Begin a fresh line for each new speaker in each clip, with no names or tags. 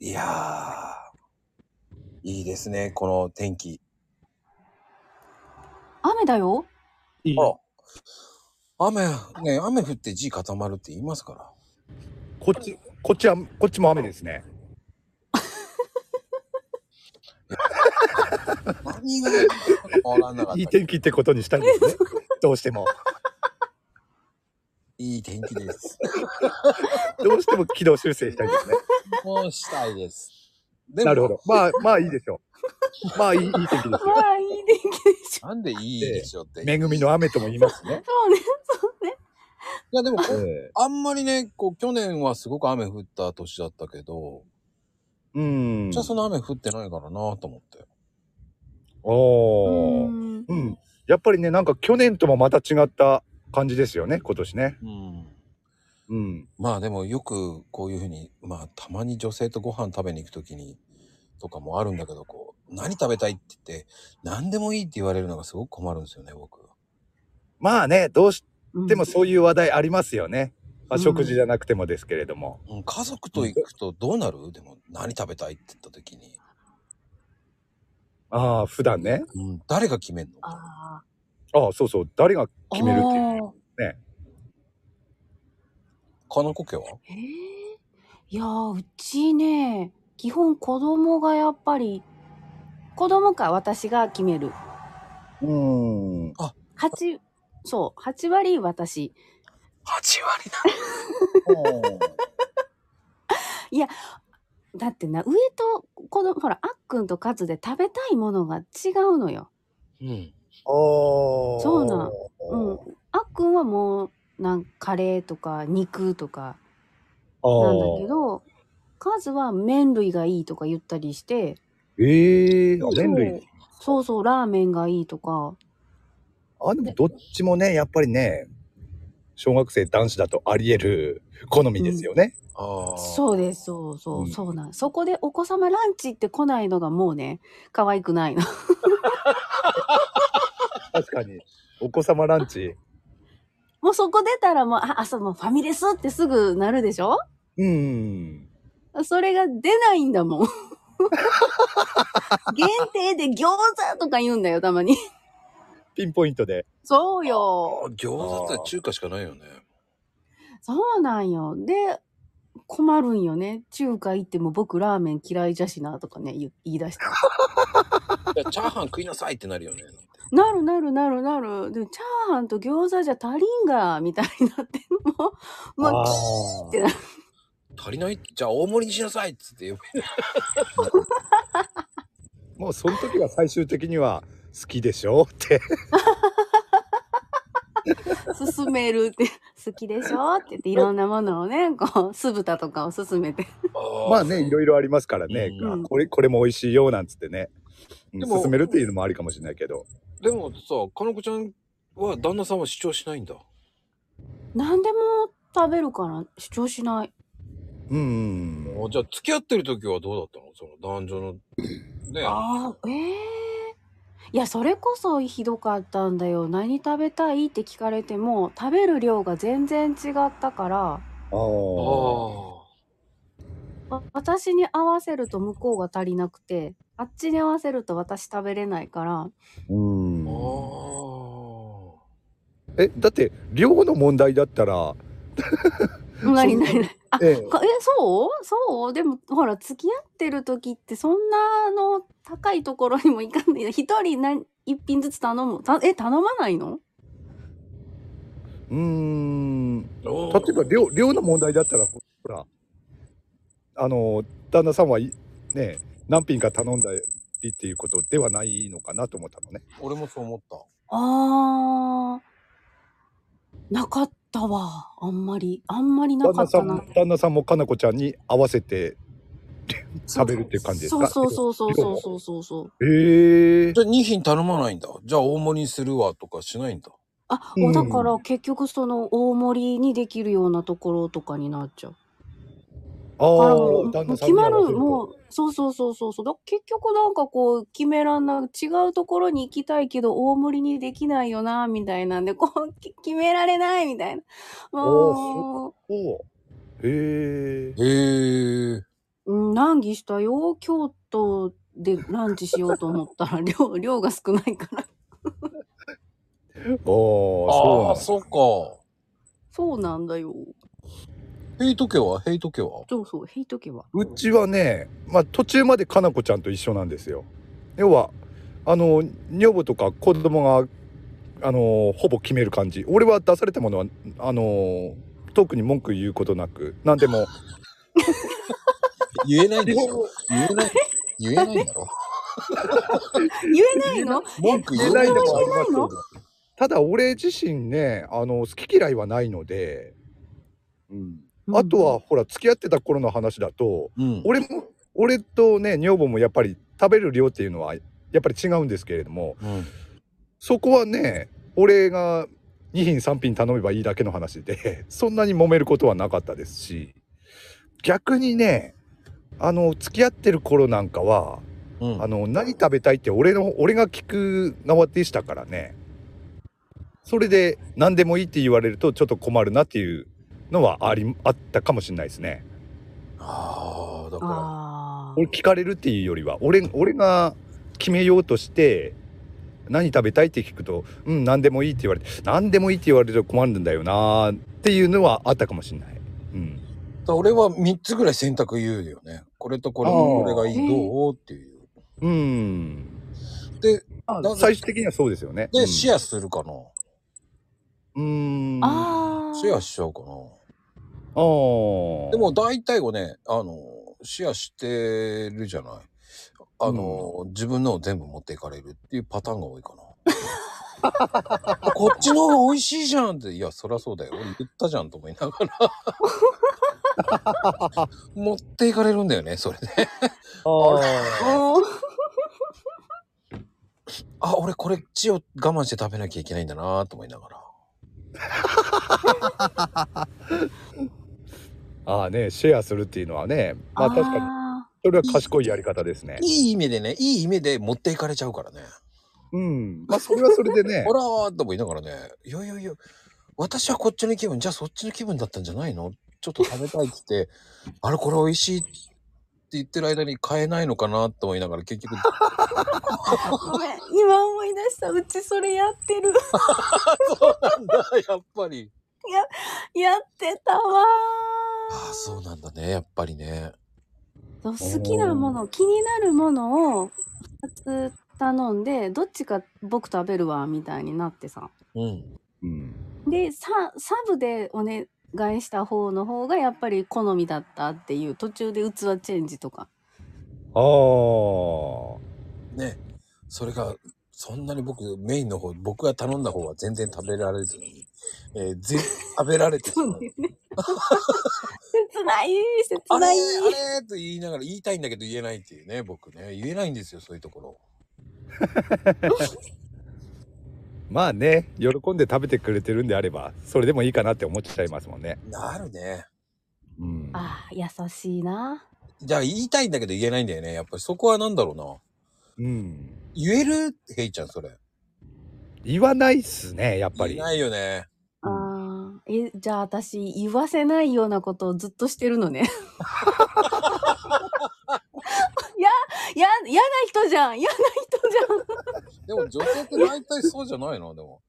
いやー、いいですね、この天気。
雨だよ。
いい
あら雨、ね、雨降って地固まるって言いますから。
こっち、こっちは、こっちも雨ですね。
何が起こらんなかった。
いい天気ってことにしたんですね。どうしても。
いい天気です。
どうしても軌道修正したいですね。
もうしたいです。で
なるほど。まあ、まあいいでしょう。まあいいいい天気です
ま
よ。
あ、いい天気でしょ。
なんでいいでしょうって。
恵みの雨とも言いますしね。
そうね、そうね。
いや、でもこう、
え
あんまりね、こう、去年はすごく雨降った年だったけど、
えうん。
じゃあその雨降ってないからなと思って。
お
う
ー
ん
うん。やっぱりね、なんか去年ともまた違った感じですよね、今年ね。
うん。
うん。
まあでもよくこういうふうに、まあたまに女性とご飯食べに行くときに、とかもあるんだけど、こう、何食べたいって言って、何でもいいって言われるのがすごく困るんですよね、僕。
まあね、どうし
うん
てもそういう話題ありますよね。まあ、
うん
食事じゃなくてもですけれども。
うん、家族と行くとどうなるでも何食べたいって言ったときに、
ああ、普段ね。
うん、誰が決めんの
あ
ああ、そうそう。誰が
ー
決めるっていう。
あー
ね
金子家は
えーいやーうちね基本子供がやっぱり子供か私が決める
うん。
8そう8割私
?8 割だ
だってな上と子供ほらあっくんとカズで食べたいものが違うのよ
うん。
おー
そうなんうんあっくんはもうなんカレーとか肉とかなんだけどカズは麺類がいいとか言ったりして
ええー、あ麺
そう
類。
そうそうラーメンがいいとか
あ、でもどっちもね、やっぱりね、小学生男子だとあり得る好みですよね。
ああ。
そうです、そうそう、
うん
そうなん。そこでお子様ランチって来ないのがもうね、可愛くないの。
確かに。お子様ランチ。
もうそこ出たらもう、あ、あ、そう、もうファミレスってすぐなるでしょ
うん。
それが出ないんだ もん。限定で餃子とか言うんだよ、たまに。
ピンポイントで。
そう
あ
よ。
ー餃子って中華しかないよね。
そうなんよ。で、困るんよね。中華行っても僕ラーメン嫌いじゃしなとかね、言い言い出して。
いやチャーハン食いなさいってなるよね。
なるなるなるなる。で、チャーハンと餃子じゃ足りんが、みたいになって、もう、もう、
あ
て
ー
な
足りないじゃあ大盛りにしなさいっつって言う。
もうその時は最終的には好きでしょって。
勧めるって好きでしょって言っていろんなものをねこう酢豚とかを勧めて
あー
まあね、いろいろありますからね。
うん
あこれ、これも美味しいよ、なんつってね。うん
でも
勧めるっていうのもありかもしれないけど。
でもさ、かのこちゃんは旦那さんは主張しないんだ。
何でも食べるから主張しない
うん。
あじゃあ付き合ってる時はどうだったのその男女の。ね
ああええいやそれこそひどかったんだよ何食べたいって聞かれても食べる量が全然違ったから
あ
あ
あ。
ー。
わ私に合わせると向こうが足りなくてあっちに合わせると私食べれない から
うん
ああ。
え、だって、量の問題だったら、
何何何あ
ええ
かえそうそうでもほら付き合ってる時ってそんなあの高いところにも行かない 一人何一品ずつ頼むたえ頼まないの
うーん。
お
例
ー
えば量量の問題だったらほほらあの旦那さんはいね何品か頼んだりっていうことではないのかなと思ったのね。
俺もそう思った。
あーなかったわあんまりあんまりな
旦
か
那
っ
さ
た
ん
な
も旦那さんもかなこちゃんに合わせて
そう
食べるっていう感じです
そう
か。
そうそうそうそうそうそうそう
う。ええ
じゃあ2品頼まないんだ。じゃあ大盛りにするわとかしないんだ。
あ、
うん
だから結局その大盛りにできるようなところとかになっちゃう
あ
あら
あ
もう
旦
もう
那さん
決
に
ま
合わ
る
せると
もうそうそうそうそうそうだ結局なんかこう決めらんな違うところに行きたいけど大盛りにできないよなみたいなんで こうき決められないみたいな
おー
も
おうへえ
へえ。
うううん、難儀したよ。京都でランチしようと思ったら、 量、量が少ないから。
おー、そ
あ
う
あ、
なんだ
そうか。
そうなんだよ。
ヘイト家はヘイト家は
そうそう、ヘイト家は。
うちはね、まあ、途中までかなこちゃんと一緒なんですよ。要はあの女房とか子供があのほぼ決める感じ俺は出されたものはあの特に文句言うことなく何でも
言えないでしょ言えない。言えないんだろ
言えないの
文句言え
え
ないんだ
言え
ろ
ないのただ俺自身ねあの好き嫌いはないので、うん、あとは、ほら付き合ってた頃の話だと
うん。
俺も俺とね女房もやっぱり食べる量っていうのはやっぱり違うんですけれども
うん
そこはね俺が2品3品頼めばいいだけの話で そんなに揉めることはなかったですし逆にねあの付き合ってる頃なんかは
うん。
あの何食べたいって俺の俺が聞く側でしたからねそれで何でもいいって言われるとちょっと困るなっていうのはありあったかもしれないですね
ああ、だか
ああ。
俺聞かれるっていうよりは俺俺が決めようとして何食べたいって聞くと「うん何でもいい」って言われて「何でもいい」って言われると困るんだよなーっていうのはあったかもしれない。うん、
ら。俺は3つぐらい選択言うよね。これとこれ、
あー
これがいい、どうっていう。
うん、
で、
あ
なぜ
最終的にはそうですよね。
で、
うん
シェアするかな。
うん
ああ。
シェアしちゃうかな。
あー
でも大体をね、あの、シェアしてるじゃない。あの、自分のを全部持っていかれるっていうパターンが多いかな。 こっちの方が美味しいじゃんって、いや、そりゃそうだよ。俺言ったじゃんと思いながら。 持っていかれるんだよね、それで。
あー
おー
あ、俺これっちを我慢して食べなきゃいけないんだなと思いながら。
あーねシェアするっていうのはねまあ確かに
あ
それは賢いやり方ですね。
いい意味でね、いい意味で持っていかれちゃうからね。
うん、まあそれはそれでね
ほらーとも言いながらね、いやいやいや、私はこっちの気分、じゃあそっちの気分だったんじゃないのちょっと食べたいって言って、 あれこれ美味しいって言ってる間に買えないのかなと思いながら結局、
ーごめん。今思い出した。うちそれやってる。
そうなんだ、やっぱり。
やってたわ
ああ、そうなんだね、やっぱりね。
ーそう好きなもの、気になるものを2つ頼んで、どっちか僕食べるわ、みたいになってさ。
うん。
うん
で、ササブでお願いした方の方がやっぱり好みだったっていう、途中で器チェンジとか。
あー
ね。それが、そんなに僕、メインの方、僕が頼んだ方は全然食べられずに、えー、ぜ食べられてしま う。
切な
あ
い、切
れ
ない。
あれと言いながら言いたいんだけど言えないっていうね、僕ね。言えないんですよ、そういうところ。
まあね喜んで食べてくれてるんであればそれでもいいかなって思っちゃいますもんね。
なるね。
うん、
ああ、優しいな。
じゃあ言いたいんだけど言えないんだよね。やっぱりそこはなんだろうな。
うん、
言えるヘイちゃん、それ。やっ
言わないっすねやっぱり。
ないよね。
う
ああ、え、じゃあ私言わせないようなことをずっとしてるのね。 や、や、嫌な人じゃん嫌な人じゃん
でも女性って大体そうじゃないのでも。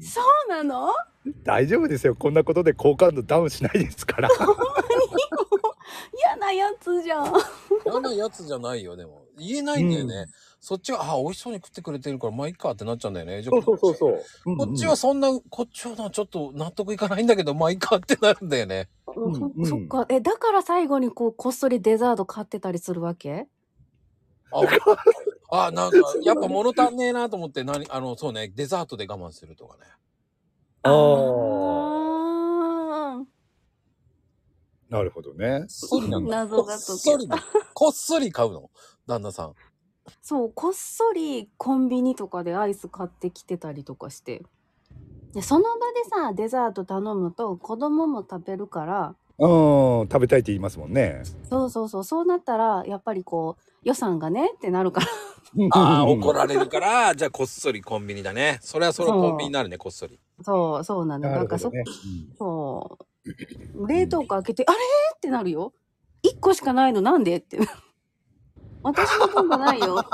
そうなの
大丈夫ですよこんなことで好感度ダウンしないです から。
嫌なやつじゃん
嫌なやつじゃないよ、でも。言えないんだよね。
うん
そっちは、あ、美味しそうに食ってくれてるから、まあいいかってなっちゃうんだよね。じゃあこっ
う。
ちこっちはそんな、こっちはな、ちょっと納得いかないんだけど、まあいいかってなるんだよね。
うんうん
そそっか。え、だから最後にこう、こっそりデザート買ってたりするわけ
あ、 あなんか、やっぱ物足んねえなと思って、何、あの、そうね、デザートで我慢するとかね。
あー
あ
なるほどね。
こっそりなんだ。
謎が解けた
こっそりね、こっそり買うの。旦那さん。
ーそう、こっそりコンビニとかでアイス買ってきてたりとかして。でその場でさ、デザート頼むと子供も食べるから、
うん食べたいって言いますもんね。
そうそうそう、そうなったら、やっぱりこう、予算がねってなるから。
ああ、怒られるから、じゃあこっそりコンビニだね。それはそれはコンビニになるね、こっそり。
そう、そうなの。
な
なん
るほ
か
ど
そ、
ね。
そう。冷凍庫開けて、あれってなるよ。 1個しかないのなんでって。 私の分がない よって。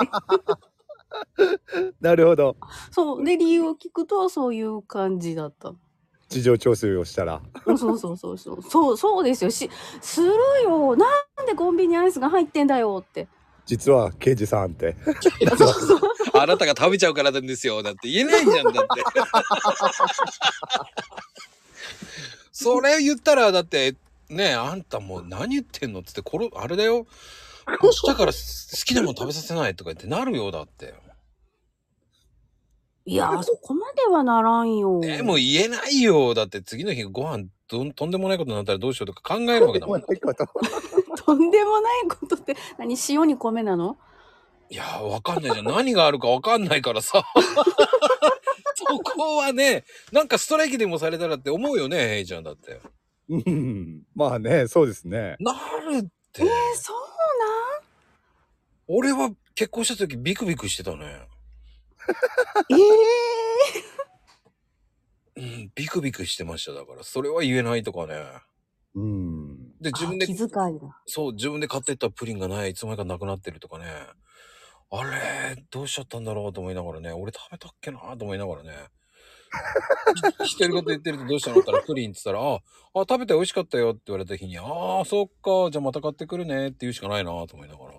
なるほど
そう。で、理由を聞くと、そういう感じだった。
事情聴取をしたら
うんそうそうそうそう。そう、そうですよ。し、するよ。なんでコンビニアイスが入ってんだよって。
実は刑事さんって
そうそう。
あなたが食べちゃうからなんですよ。だって言えないじゃん、だ って。それ言ったら、だって、ねえ、あんたもう何言ってんのっつって、これ、あれだよ。明日から好きなもの食べさせないとか言ってなるよ、だって。
いや、そこまではならんよ。
でも言えないよ。だって次の日ご飯どんとんでもないことになったらどうしようとか考えるわけだもん。い
とんでもないことって、何、塩に米なの
やー、わかんないじゃん。何があるかわかんないから さ。そこはね、なんかストライキでもされたらって思うよね、ヘイちゃんだって。
うんまあねそうですね
なるって。
え、そう
俺は結婚した時ビクビクしてたね。
なんえ
うん、ビクビクしてました。だから、それは言えないとかね。
うん
で、
え
自分で
気、遣いだ。
そう、自分で買ってったプリンがない、いつの間にかなくなってるとかね。あれ、どうしちゃったんだろうと思いながらね、俺食べたっけなと思いながらね。 一人言言ってるとどうしたのって言ったら、プリンって言ったら、あ、あ、食べて美味しかったよって言われた日に、ああ、そっか、じゃあまた買ってくるねって言うしかないなと思いながら。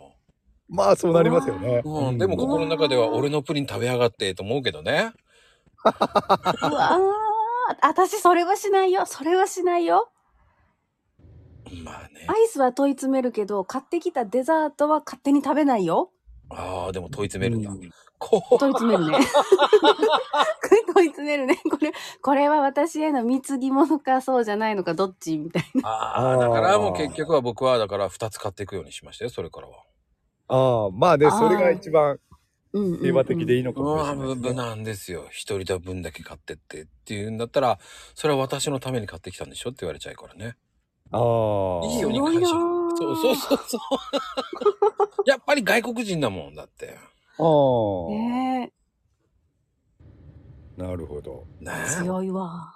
まあそうなりますよね
うん、でも
こ
心の中では俺のプリン食べやがってと思うけどね。
うわあ、私それはしないよ。それはしないよ。
まあね。
アイスは問い詰めるけど、買ってきたデザートは勝手に食べないよ。
ああ、でも問い詰めるんだ。
うん
こ
問い詰めるね。 問い詰めるね。これ、これは私への貢ぎ物かそうじゃないのかどっちみたい
う。
な。
ああ、だからもう結局は僕はだから2つ買っていくようにしましたよ、それからは。
ああまあね
あー
それが一番
うんうんうん
平和的でいいのかもし
ま
れ
あ、
ないですね
無難ですよ。一人だ分だけ買ってってっていうんだったら、それは私のために買ってきたんでしょって言われちゃうからね。
ああ
いいように
すごい
返
な
し
ー
そうそうそうそう。やっぱり外国人だもんだって。
ああ、
ね
なるほど
ね
え、
え
強いわ。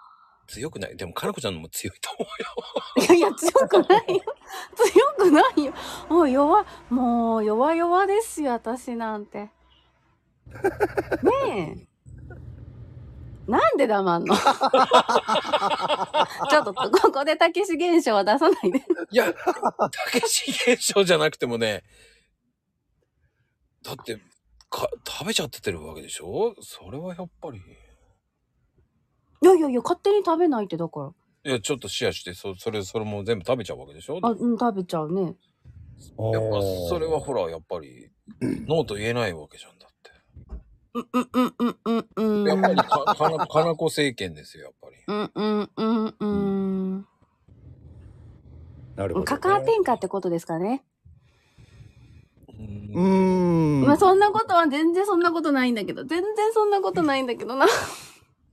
強くない。でも、かなこちゃんのも強いと思うよ。
いやいや、強くないよ。強くないよ。もう弱、もう弱々ですよ、私なんて。ねえ。なんで黙ん のちょっと、ここでたけし現象は出さないで。
いや、たけし現象じゃなくてもね、だって、か、食べちゃっててるわけでしょそれはやっぱり。
いやいやいや、勝手に食べないって、だから。
いや、ちょっとシェアして、そ、それ、それも全部食べちゃうわけでしょ
あ、うん、食べちゃうね。
やっぱ、それはほら、やっぱり、ノーと言えないわけじゃんだって。
うんうんうんうんうんうん。
やっぱりか、かな、かなこ政権ですよ、やっぱり。
うんうんうんうん
なる
う
ほ
ん。
ど、
カカア天下ってことですかね。
うーん
まあそんなことは全然そんなことないんだけど、全然そんなことないんだけどな。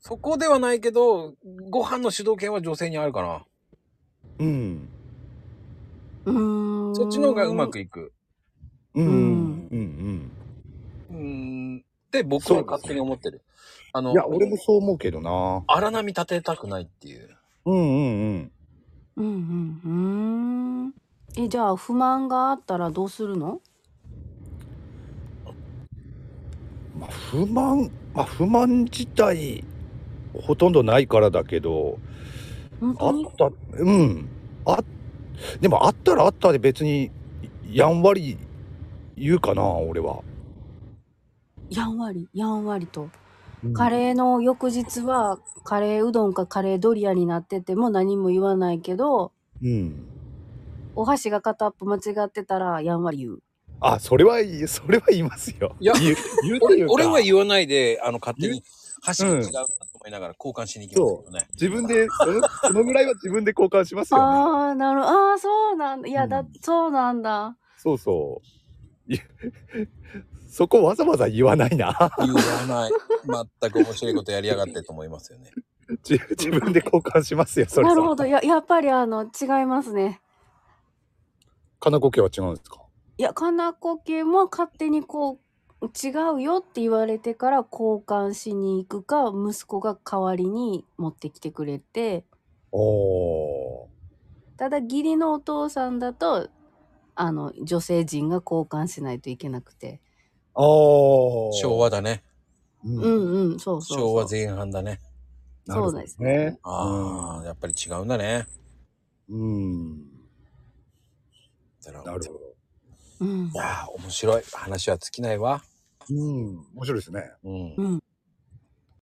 そこではないけど、ご飯の主導権は女性にあるかな。
うん
うー ん。
そっちの方がうま。くいく。
うん
うん
うん
うん。って、僕は勝手に思ってる。あ
う
の、
んいや俺もそう思うけどな
荒波立てたくないっていう。
うんうん
う
うん
んうんうん。え、じゃあ不満があったらどうするの
まあ不満まあ不満自体ほとんどないからだけど
本
あ
当
っ
に
たうんあでもあったらあったで別にやんわり言うかな俺は、
やんわり、やんわりと。
うん
カレーの翌日はカレーうどんかカレードリアになってても何も言わないけど、
うん
お箸が片っぽ間違ってたらやんわり言う。
あそれはそれは言いますよ
いや
言う言うと
俺
いうか
俺は言わないで、あの、勝手に箸が違うなと思いながら交換しに行きますけどね。
自分でそのそのぐらいは自分で交換しますよね
ああ、なるほど。ああ、そうなんだ。いや、だ、
うん
そうなんだ。
そうそういそこわざわざ言わないな
言わない。全く面白いことやりやがってと思いますよね。
自自分で交換しますよそれ
な
それ
るほど。や、やっぱりあの、違いますね。
金子家は違うんですか
いや、かなこ系も勝手にこう、違うよって言われてから交換しに行くか、息子が代わりに持ってきてくれて、
おー
ただ義理のお父さんだと、あの、女性陣が交換しないといけなくて。
ああ。
昭和だね。
うん
うんうん、そうそうそう。
昭和前半だね。
なるほど
そうですね。
ああ、やっぱり違うんだね。
うん。
だから
なるほ
い
ど。
うん。
やー面白い。話は尽きないわ。
うん。面白いですね。
うん
う。ん。